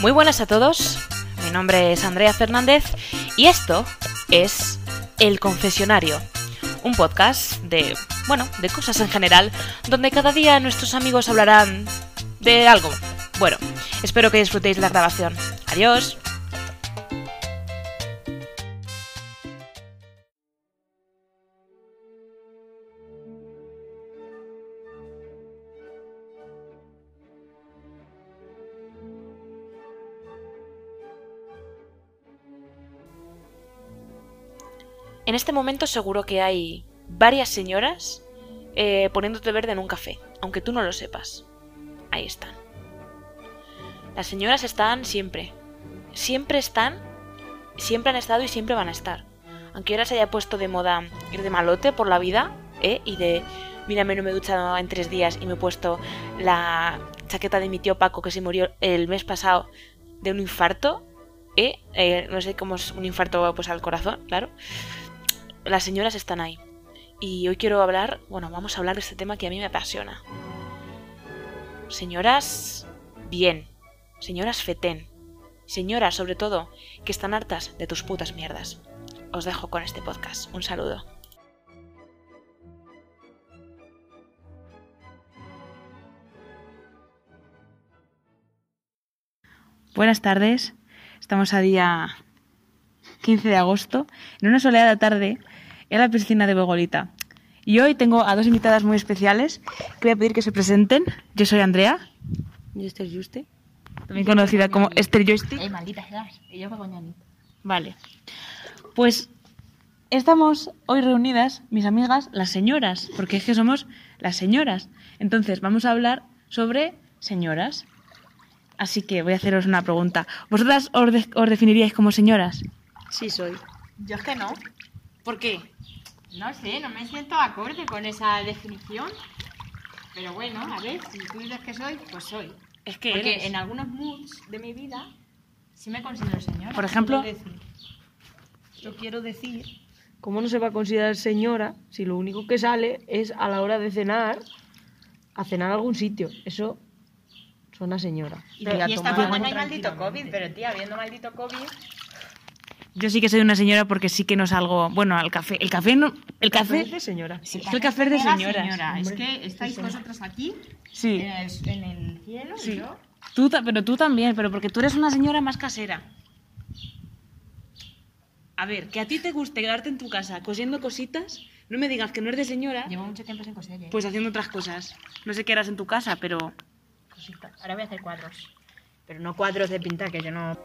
Muy buenas a todos, mi nombre es Andrea Fernández y esto es El Confesionario, un podcast de, bueno, de cosas en general, donde cada día nuestros amigos hablarán de algo. Bueno, espero que disfrutéis la grabación. Adiós. En este momento seguro que hay varias señoras eh, poniéndote verde en un café, aunque tú no lo sepas. Ahí están. Las señoras están siempre. Siempre están, siempre han estado y siempre van a estar. Aunque ahora se haya puesto de moda ir de malote por la vida, ¿eh? Y de, mírame, no me he duchado en tres días y me he puesto la chaqueta de mi tío Paco que se murió el mes pasado de un infarto, ¿eh? Eh, no sé cómo es un infarto pues al corazón, claro las señoras están ahí. Y hoy quiero hablar, bueno, vamos a hablar de este tema que a mí me apasiona. Señoras, bien. Señoras, fetén. Señoras, sobre todo, que están hartas de tus putas mierdas. Os dejo con este podcast. Un saludo. Buenas tardes. Estamos a día 15 de agosto, en una soleada tarde, en la piscina de Bogolita. Y hoy tengo a dos invitadas muy especiales que voy a pedir que se presenten. Yo soy Andrea, Yo estoy Juste. también conocida como Esther Joystick. Eh, maldita seas. Y yo me coño Vale. Pues estamos hoy reunidas, mis amigas, las señoras, porque es que somos las señoras. Entonces, vamos a hablar sobre señoras. Así que voy a haceros una pregunta. ¿Vosotras os, de- os definiríais como señoras? Sí, soy. Yo es que no. ¿Por qué? No sé, no me siento acorde con esa definición. Pero bueno, a ver, si tú dices que soy, pues soy. Es que Porque eres- en algunos moods de mi vida sí me considero señora. Por ejemplo, Yo quiero decir, ¿cómo no se va a considerar señora si lo único que sale es a la hora de cenar, a cenar a algún sitio? Eso suena señora. Y, a y esta tomar semana algo hay maldito tranquilamente. COVID, pero tía, habiendo maldito COVID, Yo sí que soy una señora porque sí que no salgo. Bueno, al café. El café no. El ¿Café café. de señora? Sí, el café es eh, de Era señoras, señora. Es hombre. que estáis vosotros aquí, Sí. en el, en el cielo, y yo... Tú, ta- pero tú también, pero porque tú eres una señora más casera. A ver, que a ti te guste quedarte en tu casa cosiendo cositas, no me digas que no eres de señora, Llevo mucho tiempo sin coser, ¿eh? pues haciendo otras cosas. No sé qué harás en tu casa, pero. Cositas. Ahora voy a hacer cuadros. Pero no cuadros de pintar, que yo no...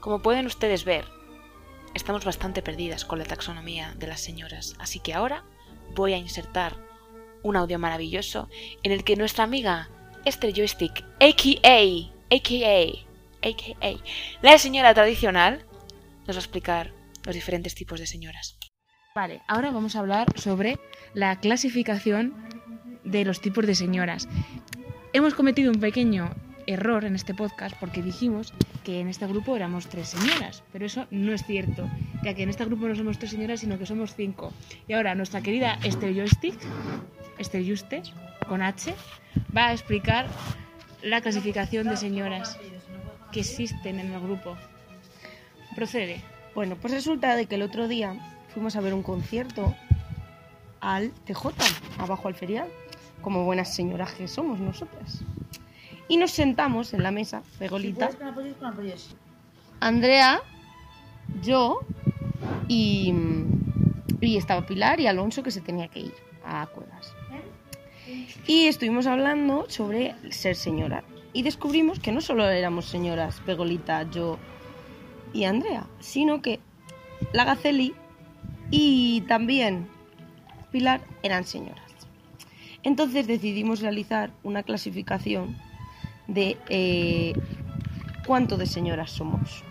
Como pueden ustedes ver, estamos bastante perdidas con la taxonomía de las señoras, así que ahora voy a insertar un audio maravilloso en el que nuestra amiga Esther Joystick, a.k.a. a.k.a. a.k.a. la señora tradicional, nos va a explicar los diferentes tipos de señoras. Vale, ahora vamos a hablar sobre la clasificación de los tipos de señoras. Hemos cometido un pequeño error en este podcast porque dijimos que en este grupo éramos tres señoras, pero eso no es cierto, ya que en este grupo no somos tres señoras, sino que somos cinco. Y ahora nuestra querida Esther Joystick, Esther Juste, con H, va a explicar la clasificación de señoras que existen en el grupo. Procede. Bueno, pues resulta de que el otro día fuimos a ver un concierto al TJ, abajo al ferial, como buenas señoras que somos nosotras. Y nos sentamos en la mesa, Pegolita, Andrea, yo y, y estaba Pilar y Alonso que se tenía que ir a Cuevas. Y estuvimos hablando sobre ser señora. Y descubrimos que no solo éramos señoras, Pegolita, yo y Andrea, sino que la Gaceli y también Pilar eran señoras. Entonces decidimos realizar una clasificación de eh, cuánto de señoras somos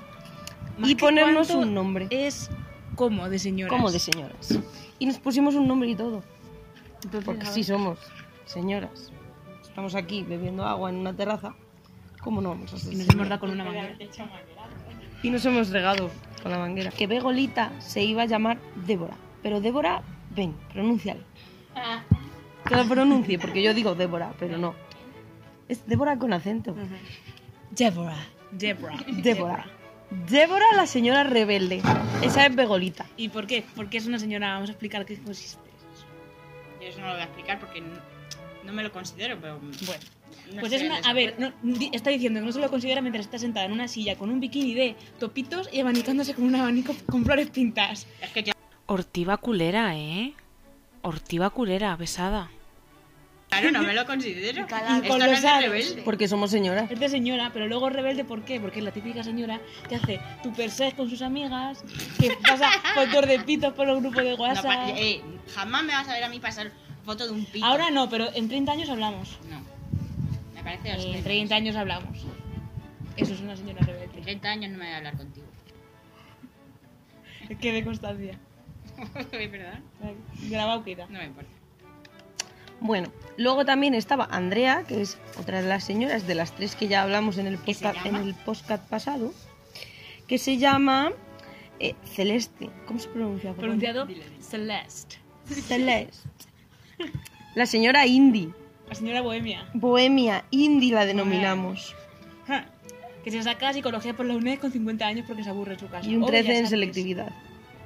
y ponernos un nombre Es como de señoras. como de señoras. Y nos pusimos un nombre y todo, porque sí somos señoras. Estamos aquí bebiendo agua en una terraza. ¿Cómo no vamos a ser Nos hemos señoras? dado con una manera. Y nos hemos regado con la manguera. Que Begolita se iba a llamar Débora. Pero Débora, ven, pronúncialo. Que lo pronuncie, porque yo digo Débora, pero no. Es Débora con acento. Deborah. Débora. Débora. Débora, la señora rebelde. Esa es Begolita. ¿Y por qué? Porque es una señora, vamos a explicar qué consiste. Yo eso no lo voy a explicar porque n- no me lo considero, pero. Bueno, no pues sé, es una. les- A ver, no, di- está diciendo que no se lo considera mientras está sentada en una silla con un bikini de topitos y abanicándose con un abanico con flores pintadas. Es que yo- Ortiva culera, ¿eh? Ortiva culera, besada. claro, no me lo considero. Y calado. Esto Y con no los es de aros. rebelde. Porque somos señoras. Es de señora, pero luego es rebelde, ¿por qué? Porque es la típica señora que hace tu persex con sus amigas, que pasa fotos de pitos por los grupos de No, pa- WhatsApp. eh, jamás me vas a ver a mí pasar foto de un pito. Ahora no, pero en 30 años hablamos. No. Me parece En obsceno. 30 años hablamos. Eso es una señora En rebelde. 30 años no me voy a hablar contigo. Que de constancia. ¿Verdad? Grabado queda. No me importa. Bueno, luego también estaba Andrea, que es otra de las señoras, de las tres que ya hablamos en el se podcast, en llama? el podcast pasado, que se llama eh, Celeste. ¿Cómo se pronuncia? perdón? Pronunciado Dile, dile. Celeste. Celeste. La señora Indy, La señora bohemia. bohemia, Indy la denominamos. Ja. Que se saca psicología por la UNED con 50 años porque se aburre en su casa. Y un O 13 Bellas en Artes. selectividad.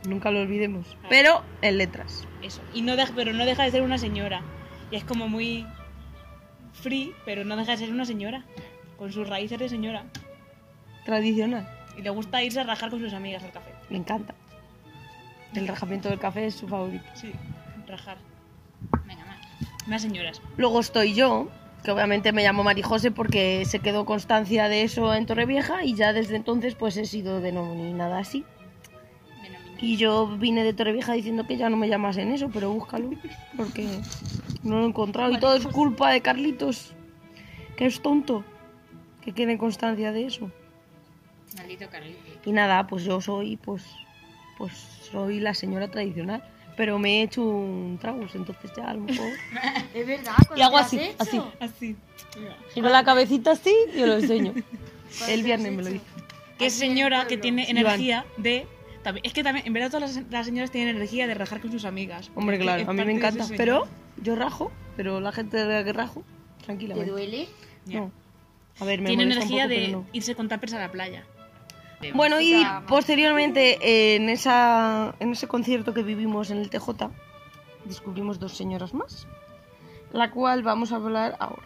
Nunca lo olvidemos. Pero en letras. Eso. Y no deja, pero no deja de ser una señora. Y es como muy free, pero no deja de ser una señora. Con sus raíces de señora. Tradicional. Y le gusta irse a rajar con sus amigas al café. Me encanta. El rajamiento del café es su favorito. Sí. Rajar. Venga, más. Unas señoras. Luego estoy yo, que obviamente me llamo Marijose porque se quedó constancia de eso en Torrevieja y ya desde entonces pues he sido denominada así. Denomina. Y yo vine de Torrevieja diciendo que ya no me llamas en eso, pero búscalo porque no lo he encontrado y todo es culpa de Carlitos, que es tonto, que quede constancia de eso. Maldito Carlitos. Y nada, pues yo soy pues pues soy la señora tradicional, pero me he hecho un tragus, entonces ya a lo mejor Es verdad. Y hago así, así. Así. Giro la cabecita así y os lo enseño. El viernes me lo hizo. Que es señora que tiene Iván. energía de... también- Es que también, en verdad todas las, las señoras tienen energía de rajar con sus amigas. Hombre, Es que claro, es a mí parte me de encanta. ese Pero yo rajo, pero la gente de la que rajo, ¿Te tranquilamente. duele? Ya. No. A ver, me Tiene molesta un energía poco, de pero no. irse con tapers a la playa. Bueno, y Chica, ma- posteriormente eh, en, esa, en ese concierto que vivimos en el TJ, descubrimos dos señoras más, la cual vamos a hablar ahora.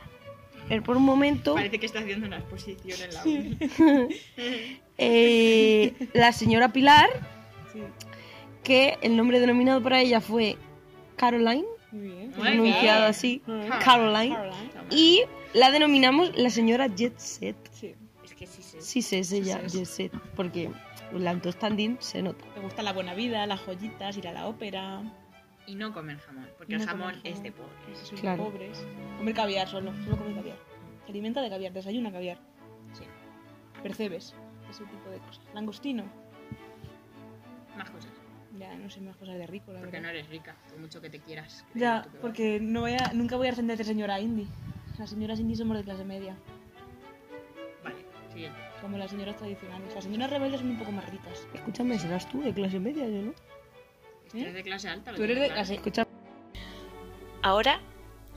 Pero por un momento, Parece que está haciendo una exposición en la uni. eh, la señora Pilar, que el nombre denominado para ella fue Caroline, Muy bien. Muy pronunciado bien. así, Ah. Caroline, y la denominamos la señora Jet Set. Sí. Es que sí, sí. Sí, sé, sé, ya, Sí, sí. yo sé, porque la Antostandín se nota. Le gusta la buena vida, las joyitas, ir a la ópera. Y no comer jamón, porque No el jamón comer es jamón. de pobres. Son Claro. pobres. Comer caviar solo, solo comer caviar. Se alimenta de caviar, desayuna caviar. Sí. Percebes, ese tipo de cosas. Langostino, Más cosas. ya no sé más cosas de rico, la Porque no verdad. eres rica, por mucho que te quieras. creer Ya, tú que porque no voy a- nunca voy a ofender de señora Indy. Las señoras Indy somos de clase media, vales. Vale, siguiente. como las señoras tradicionales. Las señoras rebeldes son un poco más ricas. Escúchame, serás tú de clase media, yo no. ¿Eh? Eres Este de clase alta. lo Tú eres tienes claro. de clase... Escúchame. Ahora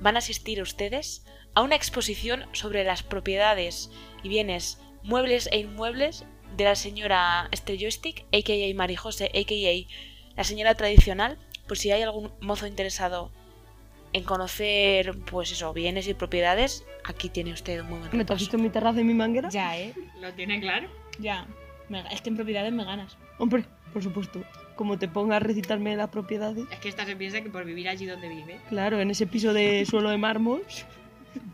van a asistir ustedes a una exposición sobre las propiedades y bienes muebles e inmuebles de la señora Stelloistic, a.k.a. Marijose, a.k.a. la señora tradicional, por si hay algún mozo interesado en conocer, pues eso, bienes y propiedades, aquí tiene usted un muy buen ¿Me te has repaso. visto en mi terraza y mi manguera? Ya, ¿eh? ¿Lo tiene claro? Ya. Me- Es que en propiedades me ganas. Hombre, por supuesto. Como te pongas a recitarme las propiedades. Es que esta se piensa que por vivir allí donde vive. Claro, en ese piso de suelo de mármol.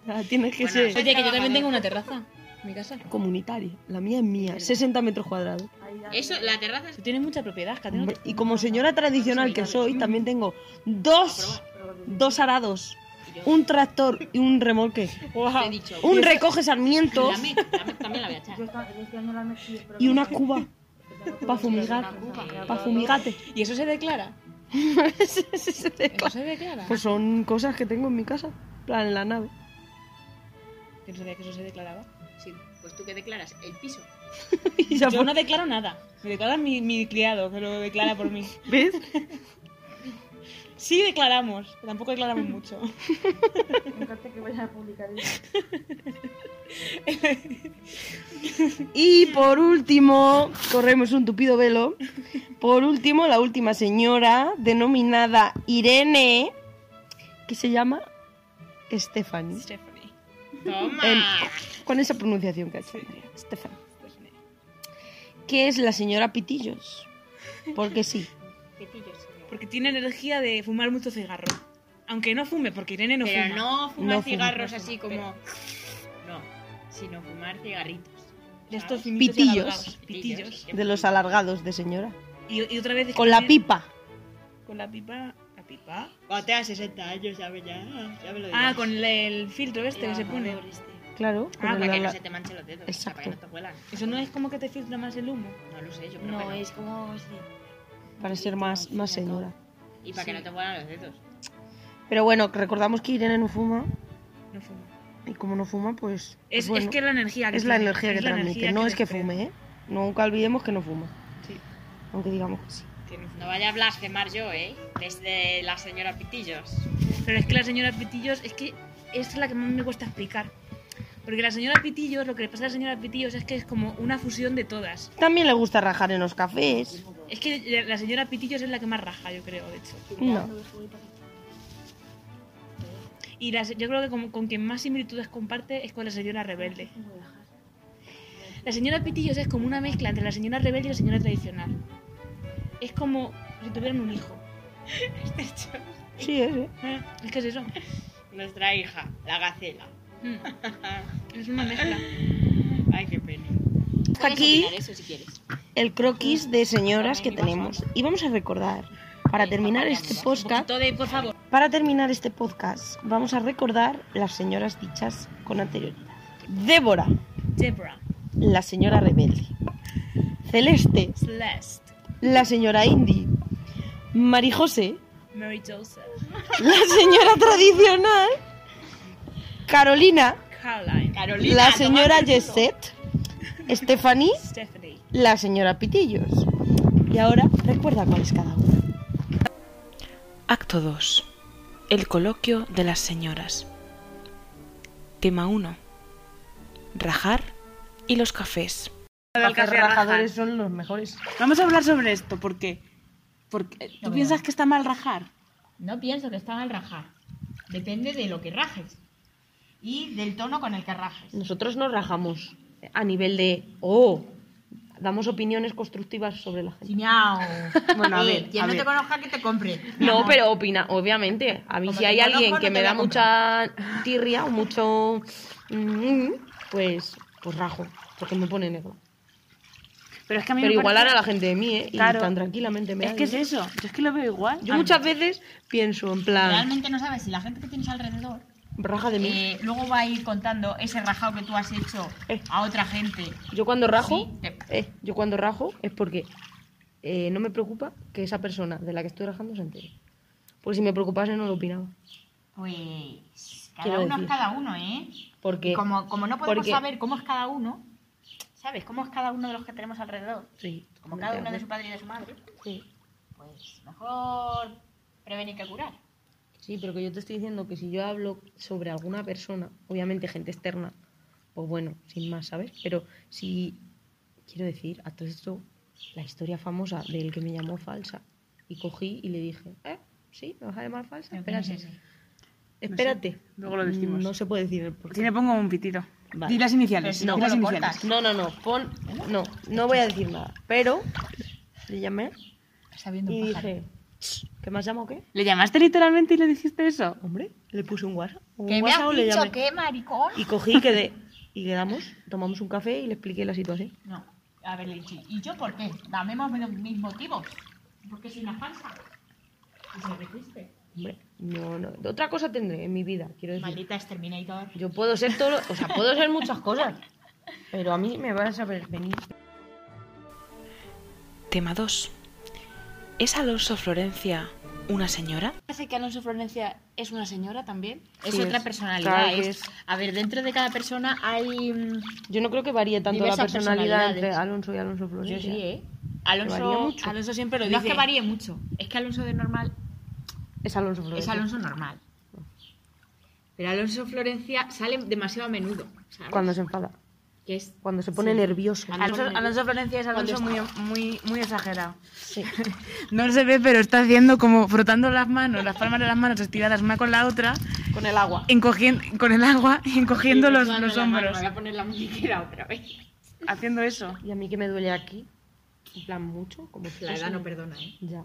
ya Tienes que Bueno, ser soy- Oye, que yo también tengo una terraza. Mi casa. comunitaria. La mía es mía, 60 metros cuadrados. Eso, la terraza es. Tú tienes mucha propiedad, Cate. ¿no? Hombre, Y como señora tradicional que soy, también tengo dos, dos arados, un tractor y un remolque. Ah, Te he dicho. Un recoge sarmientos Dame, dame, también la voy a echar. Yo esta- yo este año la metí, pero- y una cuba. Pa' fumigar. Una cuba. Pa' fumigate. ¿Y eso se declara? ¿Eso pues se declara? son cosas que tengo en mi casa. en plan, en la nave. Yo no sabía que eso se declaraba. Sí, pues tú que declaras el piso. Y ya pues, Yo por- no declaro nada. Me declara mi, mi criado, que lo declara por mí. ¿Ves? Sí declaramos, pero tampoco declaramos mucho. Me encanta que vayan a publicar eso. Y por último, corremos un tupido velo. Por último, la última señora, denominada Irene, que se llama Stephanie. Stephanie. Toma. En- con esa pronunciación que ha hecho Andrea, Stephanie. Que es la señora Pitillos. Porque sí. Porque tiene energía de fumar mucho cigarro. Aunque no fume, porque Irene no Pero fuma. no fumar No fuma, cigarros no fuma, así como. No, sino fumar cigarritos. De estos ¿sabes? finitos y Pitillos. alargados. Pitillos. De los alargados de señora. Y, y otra vez... es Con que la tiene- pipa. Con la pipa... ¿La pipa? Cuando tengas 60 años, ¿sabes ya? ya me lo Ah, dirás. con el, el filtro este El que se pone. ahumador este. Claro. con Ah, el Para que ala- no se te manchen los dedos. Exacto. Para que no te huelan. Eso no es como que te filtra más el humo. No lo sé, yo creo No, que no. es como. sí. para ser más, más Sí, señora. Y para que no te huelan los dedos. Pero bueno, recordamos que Irene no fuma. No fuma. Y como no fuma, pues. Es, pues bueno, es que la energía que es la tiene, energía que es la transmite. energía No es que desprende. fume, ¿eh? Nunca olvidemos que no fuma. Sí. Aunque digamos que sí. que no fuma. No vaya a blasfemar yo, ¿eh? Desde la señora Pitillos. Pero es que la señora Pitillos es que es la que más me cuesta explicar. Porque la señora Pitillos, lo que le pasa a la señora Pitillos es que es como una fusión de todas. También le gusta rajar en los cafés. Es que la- la señora Pitillos es la que más raja, yo creo, de hecho. No. Y las- yo creo que como- con quien más similitudes comparte es con la señora rebelde. La señora Pitillos es como una mezcla entre la señora rebelde y la señora tradicional. Es como si tuvieran un hijo. Sí, es, ¿eh? Ah, Es que es eso. Nuestra hija, la gacela. Mm. Es una mezcla. Ay, qué pena. Aquí Eso si quieres. el croquis de señoras que tenemos. Y vamos a recordar, para terminar este podcast, Todo de, por favor. para terminar este podcast, vamos a recordar las señoras dichas con anterioridad. Débora, Debra, la señora rebelde. Celeste, Celeste, la señora Indy. Marijose, Mary Joseph, la señora tradicional. Carolina, Caroline, Carolina. la toma señora por culo. Jesset. Stephanie, Stephanie. la señora Pitillos. Y ahora recuerda cuál es cada una. Acto 2. El coloquio de las señoras. Tema 1. Rajar y los cafés. Del café rajar. son los mejores. Vamos a hablar sobre esto porque, porque tú piensas que está mal rajar. No pienso que está mal rajar. Depende de lo que rajes. Y del tono con el que rajes. Nosotros nos rajamos a nivel de, oh, damos opiniones constructivas sobre la gente. Miau. Eh, Bueno, a ver, Quien a no ver. te conozca, que te compre. No, pero opina, obviamente. A mí Como si te hay conozco, alguien no que te me voy da a comprar. mucha tirria o mucho... mm, pues, pues rajo, porque me pone negro. Pero es que a mí Pero me igual parece- hará la gente de mí, ¿eh? Y Claro. tan tranquilamente me Es da que es igual. eso. Yo es que lo veo igual. Yo muchas veces pienso en plan, Realmente no sabes si la gente que tienes alrededor raja de mí. eh, luego va a ir contando ese rajado que tú has hecho Eh. a otra gente. Yo cuando rajo, Sí, te- eh, yo cuando rajo es porque eh, no me preocupa que esa persona de la que estoy rajando se entere. Porque si me preocupase no lo opinaba. Pues cada Quiero uno decir. es cada uno, ¿eh? Porque Como, como no podemos Porque- saber cómo es cada uno, ¿sabes? ¿Cómo es cada uno de los que tenemos alrededor? sí, Como cada uno de su padre y de su madre, sí. pues mejor prevenir que curar. Sí, pero que yo te estoy diciendo que si yo hablo sobre alguna persona, obviamente gente externa, pues bueno, sin más, ¿sabes? Pero si quiero decir a todo esto la historia famosa del que me llamó falsa y cogí y le dije, "Eh, sí, me vas a llamar falsa, Pero que no es espérate." ese. Espérate. Luego lo decimos. No se puede decir el porqué. Si le pongo un pitito. Vale. Di las iniciales. No. di las Lo iniciales. cortas. No, no, no. Pon... No, no voy a decir nada. Pero le llamé Sabiendo y un pájaro. dije, "Shh, ¿qué más llamo o qué? ¿Le llamaste literalmente y le dijiste eso? Hombre, le puse un WhatsApp. Un Que me WhatsApp has le dicho llamé. que, maricón. Y cogí y quedé. Y quedamos, tomamos un café y le expliqué la situación. No, a ver, le he dicho, ¿y yo por qué? Dame más o menos mis motivos. Porque soy una falsa. Y se resiste. Hombre, no, no. Otra cosa tendré en mi vida, quiero decir. Maldita exterminator. Yo puedo ser todo, lo- o sea, puedo ser muchas cosas. Pero a mí me vas a ver venir. Tema 2. ¿Es Alonso Florencia una señora? Parece que Alonso Florencia es una señora también. Es Sí, otra es. personalidad. Claro que es- A ver, dentro de cada persona hay. mm, Yo no creo que varíe tanto la Diversas personalidad entre personalidades. Alonso y Alonso Yo Florencia. sí, ¿eh? Varía Alonso, mucho. Alonso siempre no es que varíe mucho. Es que Alonso de normal Es Alonso Flores. Es Alonso normal. Pero Alonso Florencia sale demasiado a menudo. ¿sabes? Cuando se enfada, Que es cuando se pone Sí. nervioso. Alonso, Alonso Florencia es Cuando Alonso muy, muy, muy exagerado. Sí. No se ve, pero está haciendo como frotando las manos, las palmas de las manos estiradas una con la otra, Con el agua. encogiendo, con el agua, encogiendo los, Dame los la mano, hombros, Voy a poner la muñequera otra vez. haciendo eso. Y a mí que me duele aquí, en plan mucho, como que La eso edad no me- perdona, ¿eh? Ya.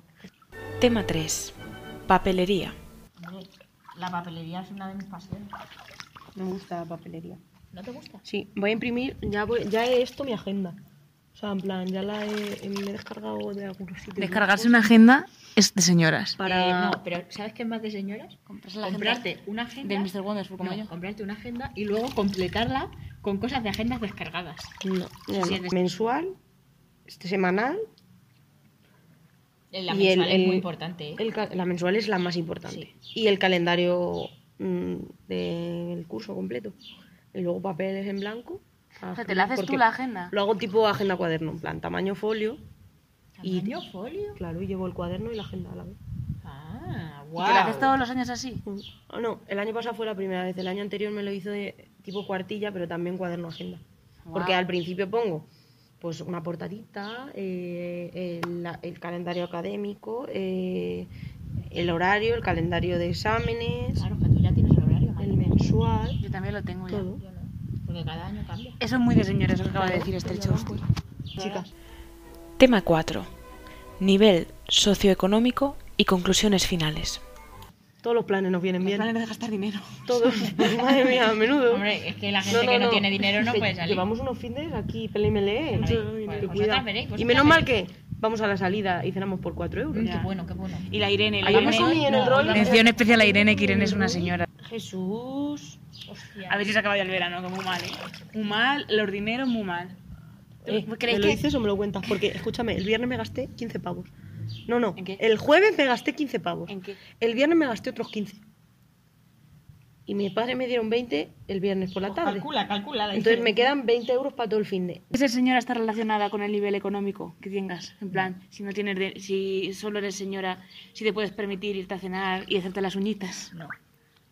Tema 3. Papelería. La papelería es una de mis pasiones. Me gusta la papelería. ¿No te gusta? Sí, voy a imprimir, ya, voy, ya he esto mi agenda. O sea, en plan, ya la he, me he descargado de algunos sitios. Descargarse una agenda es de señoras. Para... Eh, no, pero ¿sabes qué es más de señoras? Comprarte una agenda. Del Mr. Wonderful, como no, yo. comprarte una agenda y luego completarla con cosas de agendas descargadas. No, ya Sí, no. es de- Mensual, este semanal. La y el- mensual es el- muy importante, ¿eh? el ca- la mensual es la más importante. Y el calendario mm, del curso completo. Y luego papeles en blanco. Ah, O sea, te la haces tú porque la agenda. Lo hago tipo agenda cuaderno, en plan, tamaño folio. ¿Tamaño folio? Claro, y llevo el cuaderno y la agenda a la vez. Ah, Y guau. te la haces todos los años así. Mm. Ah, No, el año pasado fue la primera vez. El año anterior me lo hizo de tipo cuartilla, pero también cuaderno agenda. Porque Guau. al principio pongo pues una portadita, eh, el, la- el calendario académico, eh, el horario, el calendario de exámenes, Claro, que tú ya tienes el horario, madre el mía. mensual, Yo también lo tengo ya. todo. Yo no, porque cada año cambia. Eso es muy de señoras, lo que acaba de decir este Chomsky. Chicas, Tema 4. Nivel socioeconómico y conclusiones finales. todos los planes nos vienen bien. de gastar dinero. Todos. Madre mía, a menudo. Hombre, es que la gente que no, tiene dinero no Pues, Que puede salir. Llevamos unos fines aquí, pelimele. pues vosotras veréis, y vosotras menos mal que vamos a la salida y cenamos por 4 euros. Mm, Qué bueno, qué bueno. Y la Irene, la Ayer me Irene. comí en el no, rol. Mención especial a Irene, que Irene es una señora. Jesús. A ver si se acaba ya el verano, que muy mal, ¿eh? Muy mal, los dineros muy mal. Eh, ¿Tú ¿Me crees lo que- dices o me lo cuentas? Porque, escúchame, el viernes me gasté 15 pavos. No, no. ¿En qué? El jueves me gasté 15 pavos. ¿En qué? El viernes me gasté otros 15. Y mis padres me dieron 20 el viernes por la tarde. Pues Calcula, calcula. la Entonces me diferencia. quedan 20 euros para todo el fin de. Esa señora está relacionada con el nivel económico que tengas. En plan, si no tienes, de- si solo eres señora, si te puedes permitir irte a cenar y hacerte las uñitas. No.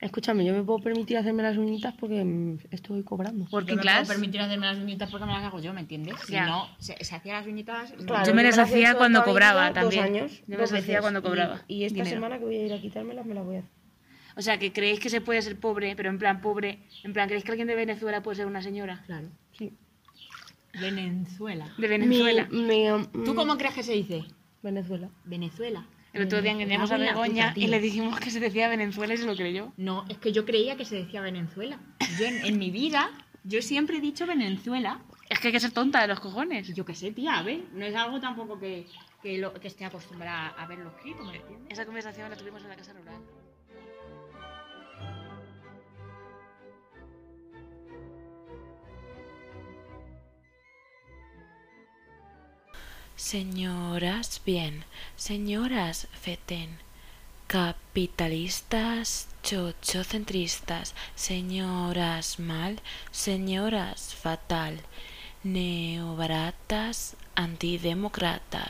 Escúchame, yo me puedo permitir hacerme las uñitas porque mm, estoy cobrando. Porque no Working me puedo class. permitir hacerme las uñitas porque me las hago yo, ¿me entiendes? Si Ya. no, se, se hacía las uñitas. no. Claro, Yo me las he hacía hecho cuando toda mi cobraba vida, también. Dos años, Yo me dos las hacía veces. cuando cobraba Y, y esta dinero. semana que voy a ir a quitármelas me las voy a hacer. O sea, que creéis que se puede ser pobre, pero en plan pobre. En plan, ¿creéis que alguien de Venezuela puede ser una señora? Claro. Sí. Venezuela. De Venezuela. Mi- mi, um, ¿Tú cómo crees que se dice? Venezuela. Venezuela. Mm. El otro día engañamos a Venezuela, Begoña puta, y tío. le dijimos que se decía Venezuela y se lo creyó. No, es que yo creía que se decía Venezuela. Yo en, en mi vida, yo siempre he dicho Venezuela. Es que hay que ser tonta de los cojones. Y yo qué sé, tía, a ver. No es algo tampoco que, que, lo- que esté acostumbrada a verlo escrito, ¿me entiendes? Esa conversación la tuvimos en la casa rural. Señoras, bien. Señoras, feten. Capitalistas, chochocentristas. Señoras, mal. Señoras, fatal. Neobaratas, antidemócratas.